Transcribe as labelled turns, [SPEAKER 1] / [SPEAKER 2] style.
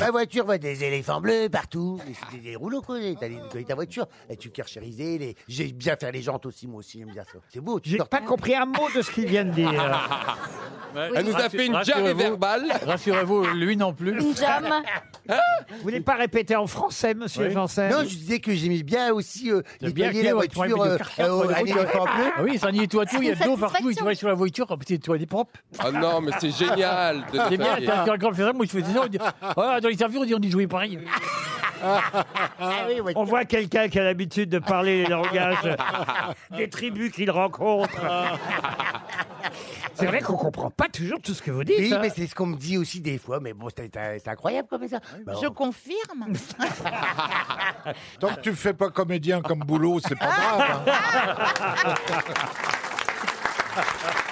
[SPEAKER 1] la voiture voit des éléphants bleus partout. Mais C'est des, des rouleaux, quoi. T'as les- t'as ta voiture. Et tu carchérisais. Les... J'aime bien faire les jantes aussi, moi aussi, j'aime bien ça. C'est beau, tu
[SPEAKER 2] J'ai
[SPEAKER 1] dors
[SPEAKER 2] pas compris un mot de ce qu'il vient de dire.
[SPEAKER 3] Elle nous a fait une jarre verbale.
[SPEAKER 4] Rassurez-vous, lui non plus.
[SPEAKER 5] Une jam.
[SPEAKER 2] Vous voulez pas répéter en français, monsieur
[SPEAKER 4] Oui.
[SPEAKER 2] Janssen
[SPEAKER 1] Non, je disais que j'aimais bien aussi euh,
[SPEAKER 4] T'as Ah, bien
[SPEAKER 1] nettoyer
[SPEAKER 4] cru,
[SPEAKER 1] la
[SPEAKER 4] ouais, tu vois,
[SPEAKER 1] voiture
[SPEAKER 4] mais
[SPEAKER 1] euh,
[SPEAKER 4] de caractère,
[SPEAKER 1] euh,
[SPEAKER 4] pas de
[SPEAKER 1] à
[SPEAKER 4] route.
[SPEAKER 1] l'éléphant bleu.
[SPEAKER 4] Ah oui, ça n'y nettoie tout, il y a de l'eau partout, il
[SPEAKER 5] Satisfaction.
[SPEAKER 4] nettoie sur la voiture, comme petit nettoyé propre.
[SPEAKER 3] Ah non, mais c'est génial de
[SPEAKER 4] C'est bien,
[SPEAKER 3] nettoyer.
[SPEAKER 4] quand quand- quand on fait ça, moi je faisais ça, on dit, Ah, dans l'interview on dit on y jouait pareil.
[SPEAKER 1] Ah oui, ouais.
[SPEAKER 2] On voit quelqu'un qui a l'habitude de parler les langages des tribus qu'il rencontre.
[SPEAKER 1] Ah.
[SPEAKER 2] C'est vrai qu'on comprend pas toujours tout ce que vous dites.
[SPEAKER 1] Oui,
[SPEAKER 2] hein.
[SPEAKER 1] mais c'est ce qu'on me dit aussi des fois, mais bon, c'est c'est incroyable comme ça. Bah,
[SPEAKER 5] Je confirme.
[SPEAKER 6] Tant que tu fais pas comédien comme boulot, c'est pas grave. hein.